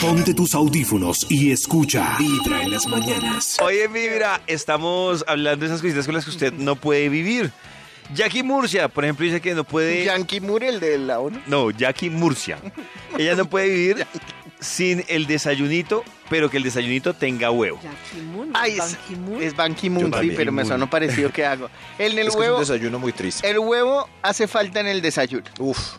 Ponte tus audífonos y escucha Vibra en las mañanas. Oye, Vibra, estamos hablando de esas cositas con las que usted no puede vivir. Jackie Murcia, por ejemplo, dice que no puede... Yankee Moore, el de la ONU. No, Jackie Murcia. Ella no puede vivir sin el desayunito, pero que el desayunito tenga huevo. Jack Kimun, Ay, Ban es, Ki-moon. es Ban Ki-moon, Yo sí, también, pero me muy. sonó parecido que hago. El es del que es huevo, un desayuno muy triste. el huevo hace falta en el desayuno. Uf,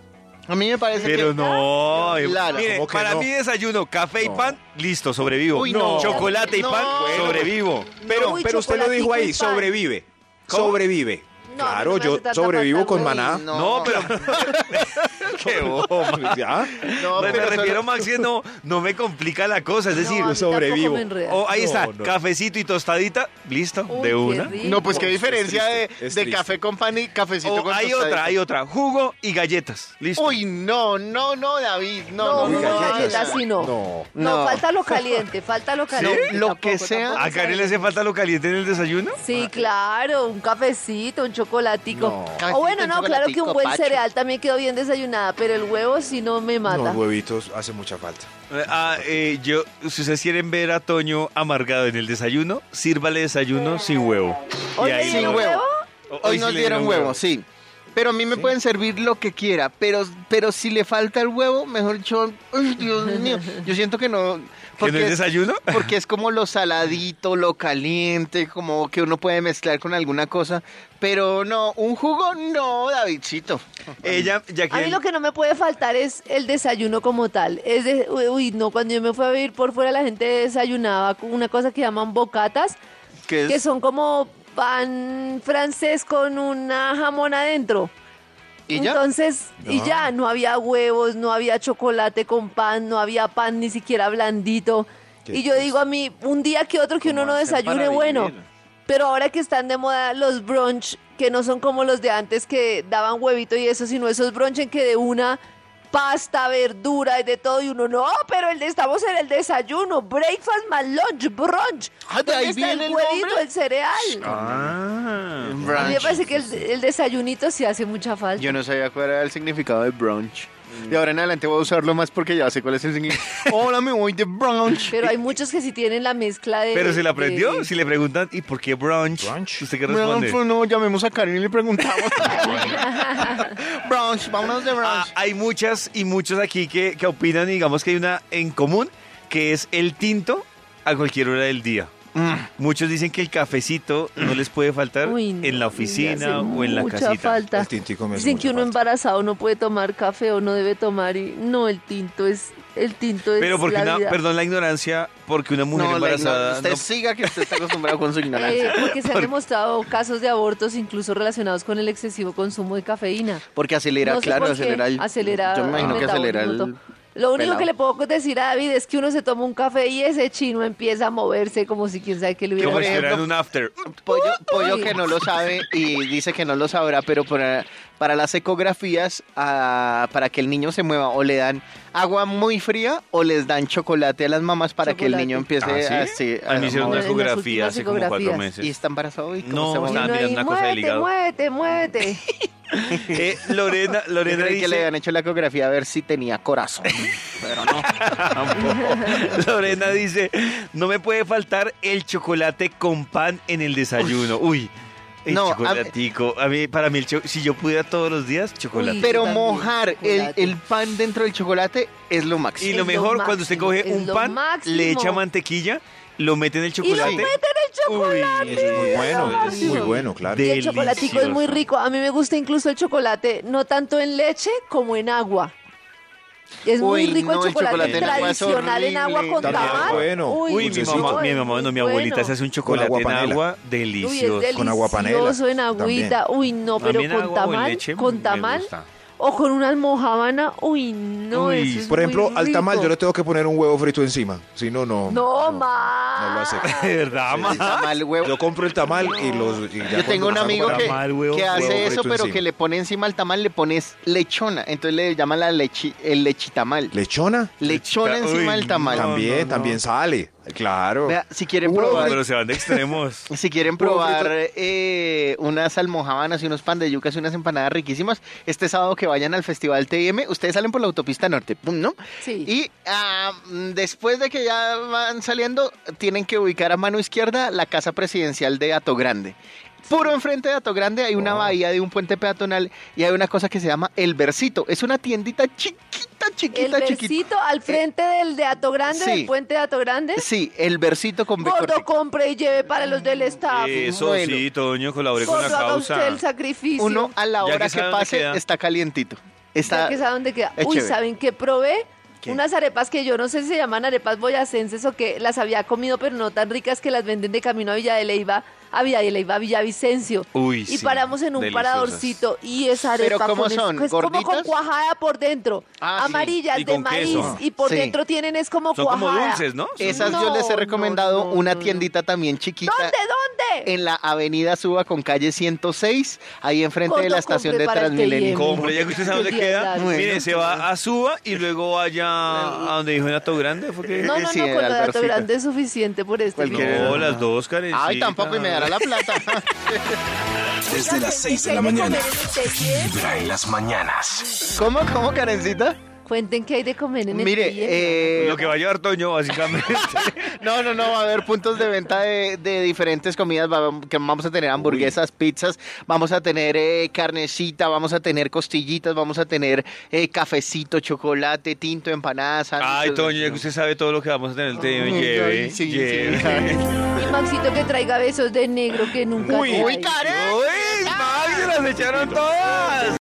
A mí me parece Pero que... no, eh, Claro. mire, ¿Cómo que para no? mí desayuno, café y No. pan, listo, sobrevivo. Uy, no. Chocolate y No. pan, Bueno. sobrevivo. pero, Uy, pero usted lo dijo ahí, chocolatico y pan. sobrevive. Sobrevive. No, claro, no me yo hace tanta sobrevivo falta, con güey. maná. ¿ah? No, pero... Qué boba. ¿Ya? No, me pero refiero, solo- Maxi, no, no me complica la cosa, es No, decir... a mí tampoco sobrevivo. me enreda. oh, ahí No, está, no. cafecito y tostadita, listo, Uy, de qué una. rico. No, pues qué Es diferencia de, triste, es de triste. café con pan y cafecito O con Oh, hay tostadita. otra, hay otra, jugo y galletas, listo. Uy, no, no, no, David, no, No, Uy, no, no, no, galletas. así no. No, No. No. falta lo caliente, falta lo caliente. Lo Tampoco, que sea. tampoco ¿A Karen le hace falta lo caliente en el desayuno? Sí, claro, un cafecito, un chocolatico. No. O bueno, no, claro que un buen Pacho. cereal también quedó bien desayunada, pero el huevo sí no me mata. Los huevitos hace mucha falta. Eh, Ah, eh, yo, si ustedes quieren ver a Toño amargado en el desayuno, sírvale desayuno sin huevo. Hoy Y le ahí- sin dieron huevo. Hoy Hoy sí nos le dieron huevo, sí. Pero a mí me pueden servir lo que quiera, pero, pero si le falta el huevo, mejor yo... Ay, Dios mío, yo siento que no... ¿Que no es porque- desayuno? Porque es como lo saladito, lo caliente, como que uno puede mezclar con alguna cosa. Pero no, un jugo no, Davidcito. Ella, ya A mí que... lo que no me puede faltar es el desayuno como tal. Es de, uy, uy, no, cuando yo me fui a vivir por fuera la gente desayunaba con una cosa que llaman bocatas, Que que es, son como pan francés con una jamón adentro. ¿Y ya? Entonces, y ya, no había huevos, no había chocolate con pan, no había pan ni siquiera blandito. Qué Y yo digo a mí, un día que otro que uno no desayune, bueno. Pero ahora que están de moda los brunch, que no son como los de antes que daban huevito y eso, sino esos brunch en que de una pasta, verdura y de todo, y uno, no, pero el de- estamos en el desayuno, breakfast más lunch, brunch. Ah, de ¿Dónde ahí está el viene el huevito, nombre? el cereal? Ah. A mí me parece que el, el desayunito sí hace mucha falta. Yo no sabía cuál era el significado de brunch. De ahora en adelante voy a usarlo más porque ya sé cuál es el significado. Hola, me voy de brunch. Pero hay muchos que sí tienen la mezcla de. Pero se la aprendió. de- Si le preguntan, ¿y por qué brunch? Brunch. ¿Usted qué responde? Brunch, no, llamemos a Karen y le preguntamos. brunch, vámonos de Ah, brunch. hay muchas y muchos aquí que, que opinan, y digamos que hay una en común, que es el tinto a cualquier hora del día. Mm. Muchos dicen que el cafecito no les puede faltar Uy, no, en la me hace oficina o en la mucha casita. falta. El tintico me hace Dicen que mucha uno falta. embarazado no puede tomar café o no debe tomar y no el tinto es el tinto es Pero porque la una, vida. perdón la ignorancia, porque una mujer No, la ignorancia. embarazada Usted siga que usted está acostumbrado con su Eh, ignorancia. porque se han demostrado casos de abortos incluso relacionados con el excesivo consumo de cafeína. Porque acelera, No sé claro, por qué acelera el. acelera Yo me imagino que acelera el. metabolismo, todo. Lo único pelado. que le puedo decir a David es que uno se toma un café y ese chino empieza a moverse como si quién sabe qué le no, como por hubiera si ejemplo- fueran un after. Pollo, pollo que no lo sabe y dice que no lo sabrá, pero para, para las ecografías, ah, para que el niño se mueva, o le dan agua muy fría o les dan chocolate a las mamás para que el Chocolate. niño empiece ¿Ah, a, sí? sí, A mí me hicieron una Bueno, en las ecografía últimas hace como cuatro ecografías. ¿Y meses. está embarazado hoy? ¿Cómo No, se Y mueve? estaban uno mirando ahí, una cosa del muévete, hígado. muévete, muévete. Eh, Lorena, Yo Lorena creí que dice, le habían hecho la ecografía a ver si tenía corazón. Pero no. Lorena dice, no me puede faltar el chocolate con pan en el desayuno. Uy, el No, a- chocolatico. A mí, para mí, el cho- si yo pudiera todos los días, chocolate. Uy, Pero También, mojar el, chocolate. el pan dentro del chocolate es lo Y máximo. Es lo lo mejor, cuando usted máximo, coge es un lo pan, máximo. le echa mantequilla, lo mete en el Y lo chocolate. meten el chocolate. Uy, Eso es muy bueno, es máximo. muy bueno, claro. Y el chocolatico es muy Delicioso. rico. A mí me gusta incluso el chocolate, no tanto en leche como en agua. Es muy Uy, rico no, el el chocolate, chocolate en agua es tradicional en agua horrible. con También es tamal. bueno. Uy, mi Dulcecito. mamá, mi es mamá, no, mi muy abuelita bueno. se hace un Con chocolate agua en panela. agua Uy, es delicioso. Con agua panela delicioso en agüita. Uy, no, A mí pero en con agua o en tamal, leche con me tamal gusta. o con una almojábana. Uy, no, Uy, eso es Por ejemplo, muy al tamal rico. yo le tengo que poner un huevo frito encima. Si no, no. No, No lo más. acepto. De verdad, ma. El tamal, huevo. Yo compro el tamal y los. y ya Yo tengo cuando un los hago amigo para- que, tamal, huevo que frito. hace Huevo eso, frito pero encima. que le pone encima al tamal, le pones lechona. Entonces le llaman la lechi, el lechitamal. ¿Lechona? lechona Lechita- encima uy, del tamal. no. también, también sale. Claro. Vea, si quieren Huevo probar, Pero se van de extremos. si quieren huevo probar eh, unas almojábanas y unos pan de yucas y unas empanadas riquísimas, este sábado que vayan al Festival TM, ustedes salen por la autopista norte, pum, ¿no? Sí. Y ah, mm, después de que ya van saliendo, tienen que ubicar a mano izquierda la casa presidencial de Ato Grande. Puro enfrente de Ato Grande hay Oh. una bahía de un puente peatonal y hay una cosa que se llama El Versito. Es una tiendita chiquita, El chiquita, chiquita. versito al frente del de Ato Grande, sí. del puente de Ato Grande. Sí, El Versito con B Gordo, cortica. compre y lleve para los del staff. Eso modelo. Mm, sí, Toño, colaboré con Gordo, la haga usted causa. el sacrificio. Uno a la Ya que hora que, sabe dónde pase queda. está calientito. Ya Está, que saben dónde queda. es Uy, chévere. ¿saben qué probé? ¿Qué? Unas arepas que yo no sé si se llaman arepas boyacenses o que las había comido, pero no tan ricas que las venden de camino a Villa de Leiva, a Villa de Leiva, Villavicencio. Uy, y sí, paramos en un deliciosas. paradorcito y esa arepa ¿Pero cómo con es- son? es como con ¿Gorditas? cuajada por dentro, Ah, sí. amarillas Y de con maíz queso. y por Sí. dentro tienen es como Son cuajada. como dulces, ¿no? Son- Esas No, yo les no, he recomendado no, una no, no. tiendita también chiquita. ¿Dónde? ¿Dónde? En la avenida Suba con calle 106, ahí enfrente de Gordo, la estación compre de para este el Transmilenio. TM. Compre, ya que usted sabe dónde Sí, queda. claro. Mire, se va a Suba y luego allá a donde dijo Nato Grande. Fue que... No, no, Eh, Sí, no, con era lo de el Alto versito. grande es suficiente por este Cualquier- video. No, las dos, Karen. Ay, tampoco, y me dará la plata. Desde las 6 de la mañana. Vibra en las mañanas. ¿Cómo, cómo, Karencita? Cuenten qué hay de comer en el Mire, día. eh, Lo que va a llevar Toño, básicamente. no, no, no, va a haber puntos de venta de, de diferentes comidas. va- que Vamos a tener hamburguesas, pizzas, vamos a tener eh, carnecita, vamos a tener costillitas, vamos a tener eh, cafecito, chocolate, tinto, empanadas. Ay, sándwiches. Toño, ya que usted sabe todo lo que vamos a tener el tema. Ay, Lleve, ay, sí, sí, lleve. Y Maxito que traiga besos de negro que nunca eh, Uy, trae. uy, Karen. ¡Uy, Max, se las echaron todas!